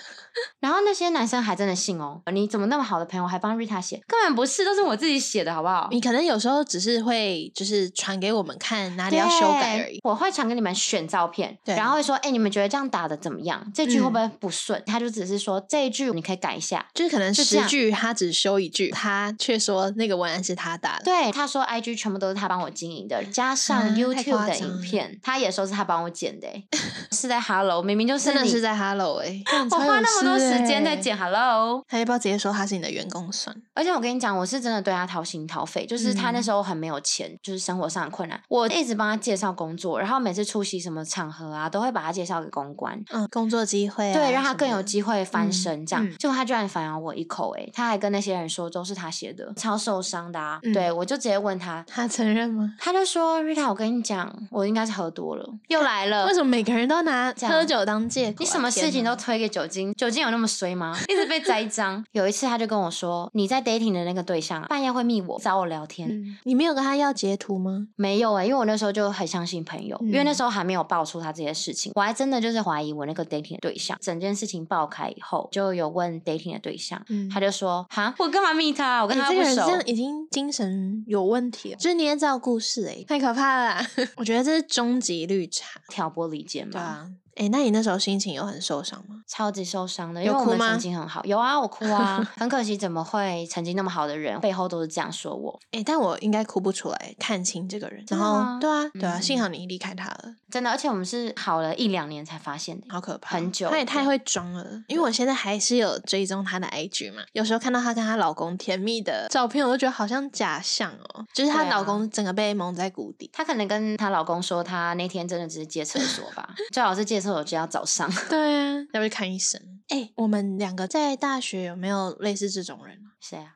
S1: 然后那些男生还真的信哦，你怎么那么好的朋友还帮 Rita 写？根本不是，都是我自己写的，好不好？
S2: 你可能有时候只是会就是传给我们看
S1: 啊
S2: 哪里要修改而
S1: 对
S2: 已。
S1: 我会传给你们选照片，
S2: 对嗯
S1: 然后会说：哎、你们觉得这样打的怎么样？这句会不会不顺？他就只是说这一句你可以改一下。”
S2: 就是可能
S1: 就这
S2: 十
S1: 样
S2: 句他只修一句，他却说那个文案是他打的。
S1: 对，他说 IG 全部都是他帮我经营的，加
S2: 啊
S1: 上
S2: 太
S1: YouTube
S2: 夸
S1: 的
S2: 张了
S1: 影片，他也说是他帮我剪 的欸、是在 Hello，明明就是
S2: 真的
S1: 你
S2: 是在 Hello 哎、
S1: 我花那么多时间在
S2: 剪。
S1: 剪 Hello，
S2: 欸他要不要直接说他是你的员工算？
S1: 而且我跟你讲，我是真的对他掏心掏肺，就是他那
S2: 嗯
S1: 时候很没有钱，就是生活上很困难，我一直帮他介绍工作，然后每次出席什么场合啊，都会把他介绍给公关。
S2: 嗯，工作机会、啊，
S1: 对，让他
S2: 什么
S1: 更有
S2: 的
S1: 机会翻
S2: 嗯
S1: 身，这样、
S2: 嗯
S1: 结果他居然反咬我一口、欸，他还跟那些人说都是他写的，超受伤的啊！
S2: 嗯
S1: 对我就直接问他，
S2: 他承认吗？
S1: 他就说：“Rita，我跟你讲，我应该是喝多了，又来了。
S2: 为什么每个人都拿
S1: 这样
S2: 喝酒当借口啊、
S1: 你什么事
S2: 天
S1: 情
S2: 哪
S1: 都推给酒精，酒精有那么衰吗？一直被栽赃。有一次，他就跟我说，你在 dating 的那个对象啊半夜会密我，找我聊天。
S2: 嗯，你没有跟他要截图吗？
S1: 没有哎、因为我那时候就很相信朋友，因为
S2: 嗯
S1: 那时候还没有爆出他这些事情，我还真的就是怀疑我那个 dating 的对象。整件事情爆开以后，就有问 dating 的对象，
S2: 嗯
S1: 他就说：“哈，我干嘛密他？我跟
S2: 你
S1: 他
S2: 这
S1: 不
S2: 个人
S1: 熟。
S2: 这样已经精神有问题了，就是捏造故事哎、太可怕了啦！ 我觉得这是终极绿茶，
S1: 挑拨离间嘛，
S2: 对啊。哎、那你那时候心情有很受伤吗？
S1: 超级受伤的，因
S2: 有
S1: 为我
S2: 哭
S1: 们
S2: 吗
S1: 曾经很好，有啊，我哭 啊，很可惜，怎么会曾经那么好的人背后都是这样说我？
S2: 哎、但我应该哭不出来，看清这个人，
S1: 真
S2: 然
S1: 的
S2: 后
S1: 吗
S2: 对啊，对啊，
S1: 嗯
S2: 幸好你离开他了，
S1: 真的，而且我们是好了一两年才发现的。
S2: 好可怕，哦
S1: 很久
S2: 他也
S1: 了
S2: 太会装了，因为我现在还是有追踪她的 IG 嘛，有时候看到她跟她老公甜蜜的照片，我都觉得好像假象哦，就是她
S1: 对啊
S2: 老公整个被蒙在鼓底。
S1: 她可能跟她老公说，她那天真的只是借厕所 吧，最好是借厕所就要早上。
S2: 对啊，要不去看医生。哎、我们两个在大学有没有类似这种人啊
S1: 谁啊？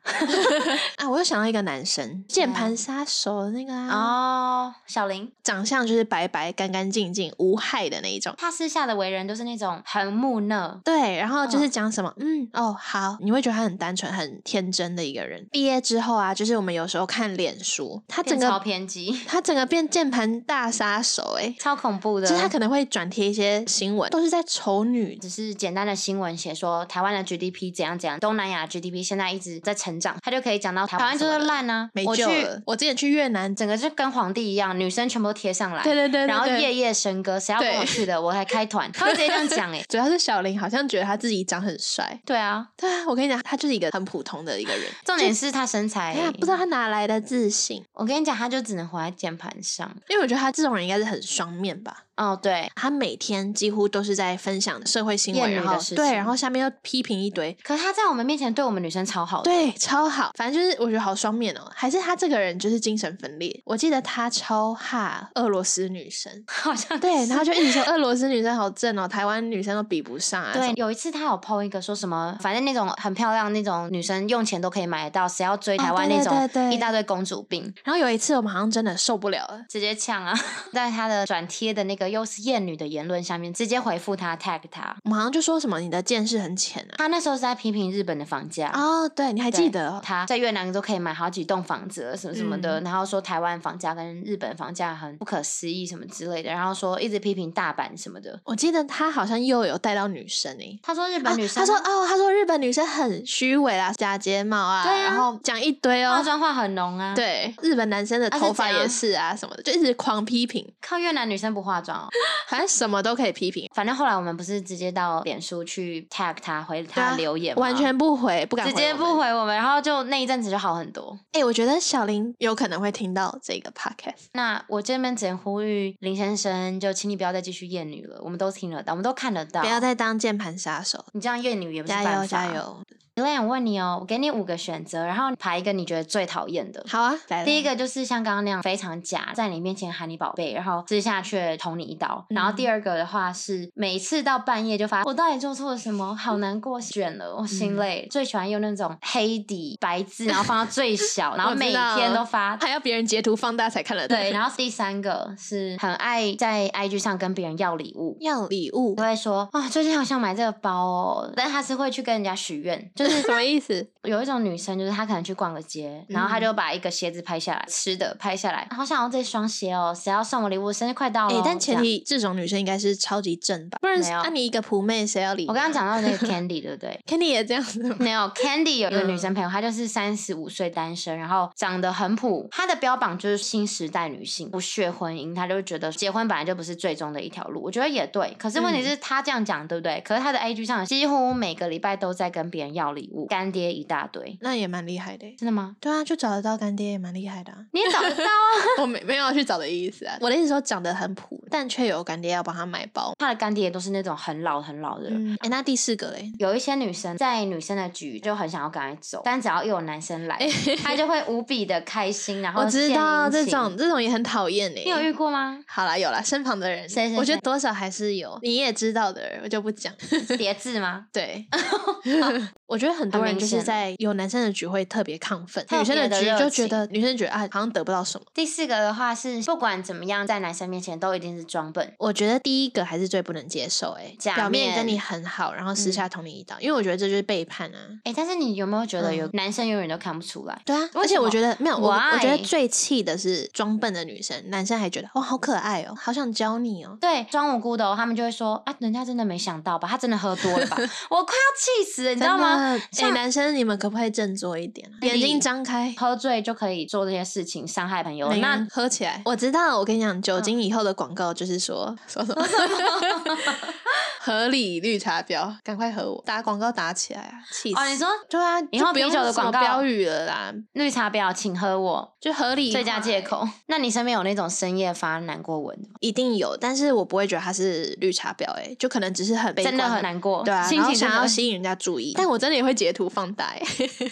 S2: 啊？我又想到一个男生，键
S1: 谁啊
S2: 盘杀手的那个啊，
S1: 哦，小林，
S2: 长相就是白白、干干净净、无害的那一种。
S1: 她私下的为人就是那种很木讷。
S2: 对，然后就
S1: 嗯
S2: 是讲什么，嗯，哦，好，你会觉得他很单纯、很天真的一个人。毕业之后啊，就是我们有时候看脸书，他整
S1: 变超
S2: 个
S1: 偏激，
S2: 他整个变键盘大杀手、欸，
S1: 超恐怖
S2: 哎，
S1: 的。
S2: 就是他可能会转贴一些新闻，都是在丑女。
S1: 只是简单的新闻写说台湾的 GDP 怎样怎样，东南亚 GDP 现在一直在成长，他就可以讲到台湾就是烂啊，
S2: 没
S1: 我去
S2: 救了！我之前去越南，
S1: 整个就跟皇帝一样，女生全部都贴上来，
S2: 对对对对
S1: 然后
S2: 对
S1: 夜夜笙歌，谁要跟我
S2: 对
S1: 去的，我还开团，他会直接这样讲哎、
S2: 主要是小林好像觉得他自己长很帅。
S1: 对啊，
S2: 对啊，我跟你讲，他就是一个很普通的一个人。
S1: 重点是他身材、
S2: 哎呀，不知道他哪来的自信，
S1: 我跟你讲，他就只能活在键盘上。
S2: 因为我觉得他这种人应该是很双面吧。
S1: 哦，对，
S2: 他每天几乎都是在分享社会新
S1: 厌
S2: 闻，
S1: 女
S2: 然
S1: 的
S2: 后
S1: 事
S2: 对，
S1: 情
S2: 然后下面又批评一堆，
S1: 可是他在我们面前对我们女生超好的，
S2: 对，超好。反正就是我觉得好双面哦，还是他这个人就是精神分裂。我记得他超哈俄罗斯女生，
S1: 好 像
S2: 对，
S1: 是
S2: 然后就一直说俄罗斯女生好正哦，台湾女生都比不上啊。
S1: 对，，有一次他有 PO 一个说什么，反正那种很漂亮那种女生用钱都可以买得到，谁要追
S2: 哦
S1: 台湾
S2: 对
S1: 那
S2: 对对
S1: 种
S2: 对
S1: 一大堆公主病，
S2: 然后有一次我们好像真的受不了了，
S1: 直接呛啊！ 在他的转贴的那个又是艳女的言论下面，直接回复他 tag 他，
S2: 我们好像就说什么你的见识很浅啊。
S1: 他那时候是在批评日本的房价。
S2: 哦，对，你还
S1: 对
S2: 记得哦？
S1: 他在越南都可以买好几栋房子了，什么什么的，
S2: 嗯
S1: 然后说台湾房价跟日本房价很不可思议什么之类的，然后说一直批评大阪什么的。
S2: 我记得他好像又有带到女生诶、
S1: 他说日
S2: 啊
S1: 本女生、
S2: 他说哦，他说日本女生很虚伪啦，假睫毛啊，
S1: 对啊
S2: 然后讲一堆
S1: 化
S2: 哦，
S1: 妆化很浓啊，，
S2: 对，日本男生的
S1: 啊是
S2: 头发
S1: 怎样
S2: 也是啊，什么的，就一直狂批评，
S1: 靠越南女生不化妆哦。
S2: 反正什么都可以批评，
S1: 反正后来我们不是直接到脸书去 tag 他，回
S2: 对
S1: 他
S2: 啊
S1: 的留言吗，
S2: 完全不回，不敢
S1: 直接
S2: 我
S1: 不
S2: 们。
S1: 回我们，然后就那一阵子就好很多。
S2: 哎、我觉得小林有可能会听到这个 podcast，
S1: 那我这边只能呼吁林先生，就请你不要再继续厌女了，我们都听得到，我们都看得到。
S2: 不要再当键盘杀手，
S1: 你这样厌女也不是
S2: 加
S1: 办
S2: 油
S1: 法。
S2: 加！油！
S1: 我想问你哦，我给你五个选择，然后排一个你觉得最讨厌的。
S2: 好啊，来
S1: 第一
S2: 来
S1: 个就是像刚刚那样非常假，在你面前喊你宝贝，然后私下却捅你一刀。然后
S2: 嗯
S1: 第二个的话是每
S2: 嗯
S1: 次到半夜就发，我到底做错了什么？好难过，卷了，我心累。最喜欢用那种黑底白字，然后放到最小，然后
S2: 我知
S1: 每
S2: 道
S1: 天都发。
S2: 还要别人截图放大才看得到。
S1: 对，然后第三个是很爱在 IG 上跟别人要礼物，
S2: 要礼物
S1: 不会说啊、最近好想买这个包哦，但他是会去跟人家许愿，就是
S2: 什么意思？
S1: 有一种女生，就是她可能去逛个街，然后她
S2: 嗯
S1: 就把一个鞋子拍下来，吃的拍下来，好想要这双鞋哦，谁要送我礼物？生日快到
S2: 哎、
S1: 了哦，
S2: 但
S1: 这
S2: 前
S1: 样
S2: 提这种女生应该是超级正吧，不然
S1: 没有
S2: 那、你一个普妹谁要理你啊？
S1: 我刚刚讲到那个 Candy 对不对？
S2: ，Kenny 也这样子吗？
S1: 没有，Candy 有一个
S2: 嗯
S1: 女生朋友，她就是三十五岁单身，然后长得很普，她的标榜就是新时代女性，不屑婚姻，她就觉得结婚本来就不是最终的一条路。我觉得也对，可是问题
S2: 嗯
S1: 是她这样讲对不对？可是她的 IG 上几乎每个礼拜都在跟别人要礼物，干爹一大堆，
S2: 那也蛮厉害的欸。
S1: 真的吗？。
S2: 对啊，就找得到干爹也蛮厉害的、啊
S1: 你也找得到
S2: 我没没有要去找的意思啊，我的意思说长得很普，但却有干爹要帮他买包。
S1: 她的干爹也都是那种很老很老的人。
S2: 嗯，哎、那第四个嘞，
S1: 有一些女生在女生的局就很想要赶快走，但只要一有男生 来，她就会无比的开心，然后
S2: 我知
S1: 献
S2: 道
S1: 殷
S2: 这
S1: 勤
S2: 种，这种也很讨厌
S1: 你有
S2: 哎。
S1: 遇过吗？
S2: 好啦，有啦，身旁的人，
S1: 谁谁
S2: 我觉
S1: 谁
S2: 得多少还是有，你也知道的，我就不 讲。
S1: 叠字吗？
S2: 对，我觉得很多
S1: 很
S2: 人
S1: 明
S2: 就是
S1: 显
S2: 在有男生的局会特别亢奋，
S1: 特
S2: 女生的
S1: 别的
S2: 局
S1: 热
S2: 就觉得女生觉得啊好像得不到什么。
S1: 第四个的话是，不管怎么样，在男生面前都一定是装笨。
S2: 我觉得第一个还是最不能接受、欸，
S1: 假
S2: 表面跟
S1: 面
S2: 你很好，然后私
S1: 嗯
S2: 下捅你一刀，因为我觉得这就是背叛啊。
S1: 哎、但是你有没有觉得有
S2: 嗯
S1: 男生永远都看不出来？
S2: 对啊，
S1: 为
S2: 而且
S1: 什
S2: 我
S1: 么
S2: 觉得没有，我我觉得
S1: Why？
S2: 最气的是装笨的女生，男生还觉得哇好可爱哦，好想教你哦。
S1: 对，装无辜的、哦，他们就会说啊，人家真的没想到吧，他真的喝多 了吧，我快要气死了，你知道吗？
S2: 真的？哎、
S1: 像
S2: 男生你们可不可以振作一点啊？眼
S1: 理
S2: 睛张开，
S1: 喝醉就可以做这些事情，伤害朋友，
S2: 每个
S1: 那
S2: 人喝起来。嗯我知道，我跟你讲，酒精以后的广告就是 说、说什么合理绿茶婊，赶快和我打广告打起来啊！气死！
S1: 哦，你说
S2: 对啊，
S1: 以
S2: 就
S1: 后
S2: 不
S1: 啤
S2: 用
S1: 酒的
S2: 什
S1: 广
S2: 么
S1: 告
S2: 标语了啦，
S1: 绿茶婊，请喝我
S2: 就合理
S1: 最佳借口。那你身边有那种深夜发难过文的吗，
S2: 一定有，但是我不会觉得他是绿茶婊，哎，就可能只是很悲观
S1: 真的很难过，
S2: 对啊，
S1: 心
S2: 然后
S1: 情真
S2: 想
S1: 的
S2: 要
S1: 很
S2: 吸引人家注意，但我真的也会截图放大，哎，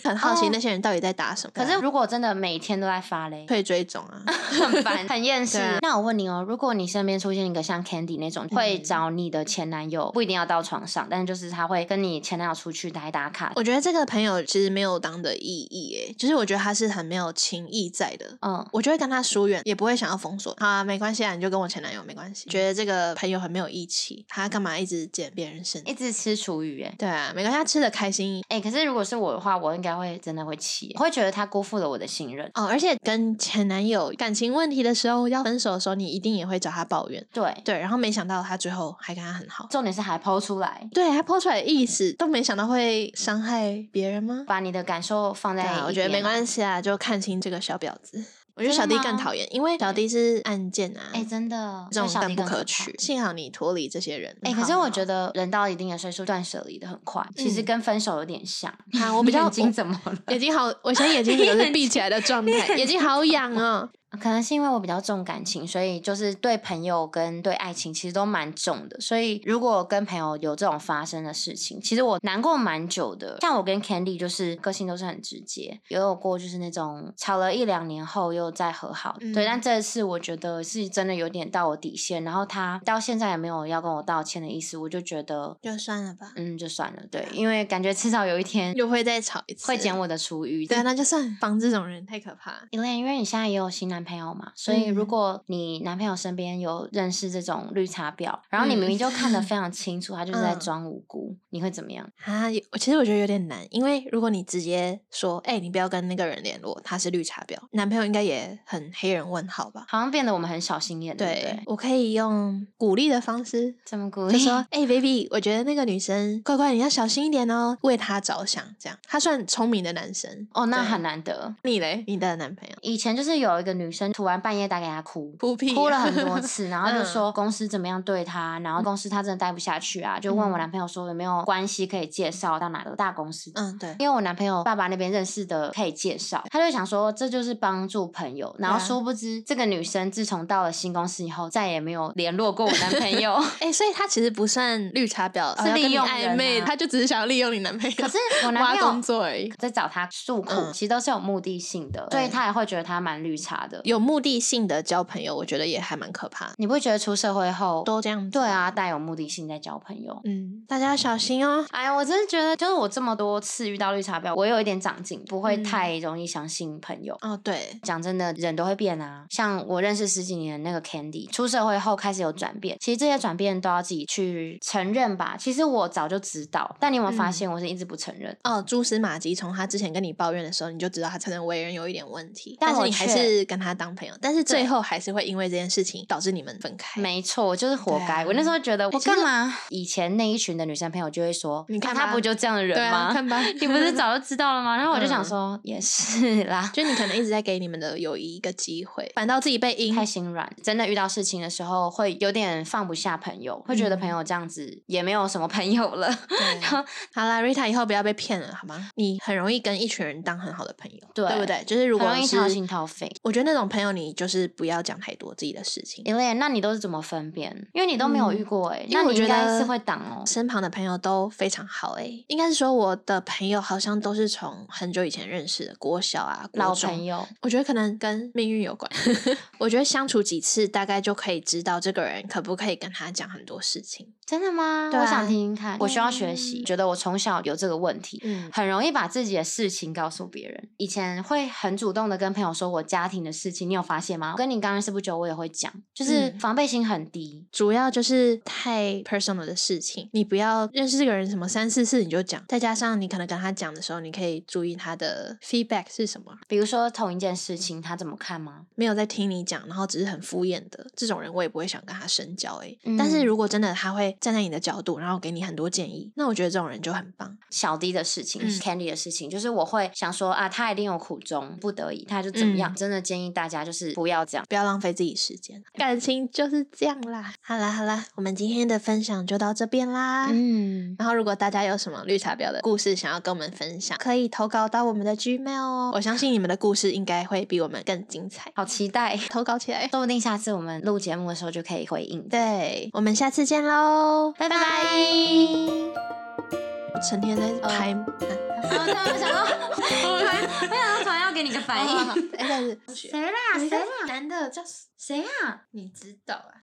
S2: 很好奇
S1: 哦
S2: 那些人到底在打什么。
S1: 可是如果真的每天都在发嘞，
S2: 可以追踪啊，
S1: 很烦， 很厌世
S2: 对啊。嗯
S1: 那我问你哦，如果你身边出现一个像 Candy 那种会找你的前男友，不一定要到床上，但是就是他会跟你前男友出去打一打卡，
S2: 我觉得这个朋友其实没有当的意义，诶，就是我觉得他是很没有情义在的。
S1: 嗯，
S2: 我就会跟他疏远，也不会想要封锁。好啊，没关系啊，你就跟我前男友没关系。觉得这个朋友很没有义气，他干嘛一直捡别人身？
S1: 一直吃厨余哎。
S2: 对啊，没关系，他吃的开心
S1: 哎、可是如果是我的话，我应该会真的会气耶，我会觉得他辜负了我的信任。
S2: 哦。而且跟前男友感情问题的时候，要分手的时候，你一定也会找他抱怨。
S1: 对，
S2: 对，然后没想到他最后还跟他很好。
S1: 重点是还抛出来，
S2: 对他抛出来的意思都没想到会伤害别人吗？
S1: 把你的感受放在、
S2: 对啊，我觉得没
S1: 系。
S2: 关系啊，就看清这个小婊子。我觉得
S1: 真
S2: 小
S1: 的
S2: 弟更
S1: 吗
S2: 讨厌，因为小弟是案件啊，
S1: 哎、真的，
S2: 这种
S1: 小
S2: 更
S1: 弟
S2: 不
S1: 更
S2: 可
S1: 怕
S2: 取。幸好你脱离这些人。
S1: 哎、可是我觉
S2: 得
S1: 得人到一定的岁数，断舍离的很快，其实
S2: 嗯
S1: 跟分手有点 像。
S2: 啊，我比较
S1: 眼睛
S2: 我
S1: 怎么了？
S2: 眼睛好，我现在眼睛可能是闭起来的状态，
S1: 眼
S2: 眼睛好痒哦。
S1: 可能是因为我比较重感情，所以就是对朋友跟对爱情其实都蛮重的。所以如果跟朋友有这种发生的事情，其实我难过蛮久的。像我跟 Candy 就是个性都是很直接，也有过就是那种吵了一两年后又再和好。
S2: 嗯
S1: 对，但这次我觉得是真的有点到我底线，然后他到现在也没有要跟我道歉的意思，我就觉得
S2: 就算了吧，
S1: 嗯就算了，对，因为感觉迟早有一天
S2: 又会再吵一次，
S1: 会捡。我的厨余。
S2: 对啊，那就算防这种人太可怕了。
S1: 因为因为你现在也有新男朋友嘛，所以如
S2: 嗯
S1: 果你男朋友身边有认识这种绿茶婊，然后你明明就看得非常清楚， 他就是在
S2: 嗯
S1: 装无辜，你会怎么样？
S2: 啊，有其实我觉得有点难，因为如果你直接说，哎、你不要跟那个人联络，他是绿茶婊，男朋友应该也很黑人问号吧？
S1: 好像变得我们很小心眼，对不
S2: 对
S1: 对，？
S2: 我可以用鼓励的方式，
S1: 这么鼓
S2: 就
S1: 励
S2: 说，哎、b a b y 我觉得那个女生，乖乖，你要小心一点哦，为她着想，这样，他算聪明的男生。
S1: 哦，那
S2: 对
S1: 很难得。
S2: 你嘞，你的男朋友
S1: 以前就是有一个女生突然半夜打给他哭。
S2: 哭屁
S1: 哭了
S2: 啊
S1: 很 多次，然后就
S2: 嗯
S1: 说公司怎么样对他，然后公司他真的待不下去啊，就问我
S2: 嗯
S1: 男朋友说有没有关系可以介绍到哪个大公司
S2: 嗯，对，
S1: 因为我男朋友爸爸那边认识的可以介绍，他就想说这就是帮助朋友，然后
S2: 对啊
S1: 殊不知这个女生自从到了新公司以后，再也没有联络过我男朋 友。
S2: 哎、所以他其实不算绿茶婊，
S1: 是
S2: 哦要跟
S1: 利
S2: 你
S1: 用
S2: 暧
S1: 人
S2: 昧，
S1: 啊
S2: 他就只是想要利用你男朋友，
S1: 可是我男
S2: 挖
S1: 朋
S2: 工
S1: 友
S2: 作而已。
S1: 在找他诉苦，
S2: 嗯
S1: 其实都是有目的性的，所
S2: 对
S1: 以他也会觉得他蛮绿茶的。
S2: 有目的性的交朋友，我觉得也还蛮可怕的，
S1: 你不会觉得出社会后，
S2: 都这样子
S1: 对，啊，带有目的性在交朋友？
S2: 嗯，大家要小心哦。
S1: 哎呀，我真的觉得，就是我这么多次遇到绿茶婊，我有一点长进，不会
S2: 嗯
S1: 太容易相信朋友。
S2: 哦，对，
S1: 讲真的，人都会变啊。像我认识十几年的那个 Candy，出社会后开始有转变，其实这些转变都要自己去承认吧。其实我早就知道，但你有没有发
S2: 嗯
S1: 现我是一直不承认？
S2: 哦，蛛丝马迹，从他之前跟你抱怨的时候，你就知道他可能为人有一点问题，
S1: 但
S2: 但是
S1: 我
S2: 你还
S1: 却
S2: 是跟他当朋友，但是最
S1: 对
S2: 后还是会因为这件事情导致你们分开。
S1: 没错，我就是活
S2: 对啊
S1: 该。我那时候觉得我
S2: 其实
S1: 干嘛？以前那一群的女生朋友就会说，
S2: 你
S1: 啊
S2: 看
S1: 她
S2: 吧
S1: 不就这样的人
S2: 对
S1: 吗？
S2: 啊，看吧，
S1: 你不是早就知道了吗？然后我就想
S2: 嗯
S1: 说，也是啦。
S2: 就你可能一直在给你们的友谊一个机会，反倒自己被阴
S1: 太心软，真的遇到事情的时候会有点放不下朋友，会觉
S2: 嗯
S1: 得朋友这样子也没有什么朋友了。
S2: 对好啦 r i t a 以后不要被骗了，好吗？你很容易跟一群人当很好的朋友，
S1: 对
S2: 不对？就是如
S1: 很
S2: 果
S1: 容易
S2: 是
S1: 掏心掏肺。
S2: 我觉得那种朋友，你就是不要讲太多自己的事情。
S1: Elaine，那你都是怎么分辨？因为你都没有遇过哎、欸，
S2: 因
S1: 那
S2: 为我
S1: 你应
S2: 觉
S1: 该
S2: 得
S1: 是会挡哦、
S2: 身旁的朋友都非常好诶、应该是说我的朋友好像都是从很久以前认识的，国小啊、
S1: 老
S2: 国
S1: 朋
S2: 中。
S1: 友，
S2: 我觉得可能跟命运 有关。我觉得相处几次，大概就可以知道这个人可不可以跟他讲很多事情。
S1: 真的吗？
S2: 对
S1: 我
S2: 啊
S1: 想听听看，我需要学习，
S2: 嗯
S1: 觉得我从小有这个问题。
S2: 嗯，
S1: 很容易把自己的事情告诉别人。以前会很主动的跟朋友说我家庭的事情，你有发现吗？我跟你刚认识不久，我也会讲，就是
S2: 嗯
S1: 防备心很低。
S2: 主要就是太 personal 的事情，你不要认识这个人什么三四次你就讲，再加上你可能跟他讲的时候，你可以注意他的 feedback 是什么，
S1: 比如说同一件事情，他怎么看吗？
S2: 没有在听你讲，然后只是很敷衍的这种人，我也不会想跟他深交诶、
S1: 嗯
S2: 但是如果真的他会站在你的角度，然后给你很多建议，那我觉得这种人就很棒。
S1: 小 D 的事情、
S2: 嗯
S1: c a n d y 的事情，就是我会想说啊，他一定有苦衷，不得已，他就怎么样。
S2: 嗯
S1: 真的建议大家就是不要这样。
S2: 不要浪费自己时间，感情就是这样啦。好啦好啦，我们今天的分享就到这边啦。
S1: 嗯，
S2: 然后，如果大家有什么绿茶婊的故事想要跟我们分享，可以投稿到我们的 Gmail 哦。我相信你们的故事应该会比我们更精彩，
S1: 好期待，
S2: 投稿起来。
S1: 说不定下次我们录节目的时候就可以回应。
S2: 对，我们下次见喽！
S1: 拜拜。
S2: 我成天在拍，
S1: 哦，对，我想 到，突然，我想到突然要给你个
S2: 哎
S1: 反应。
S2: 哎，但是
S1: 谁啦？谁啦？
S2: 男的叫
S1: 谁啊？
S2: 你知道啊？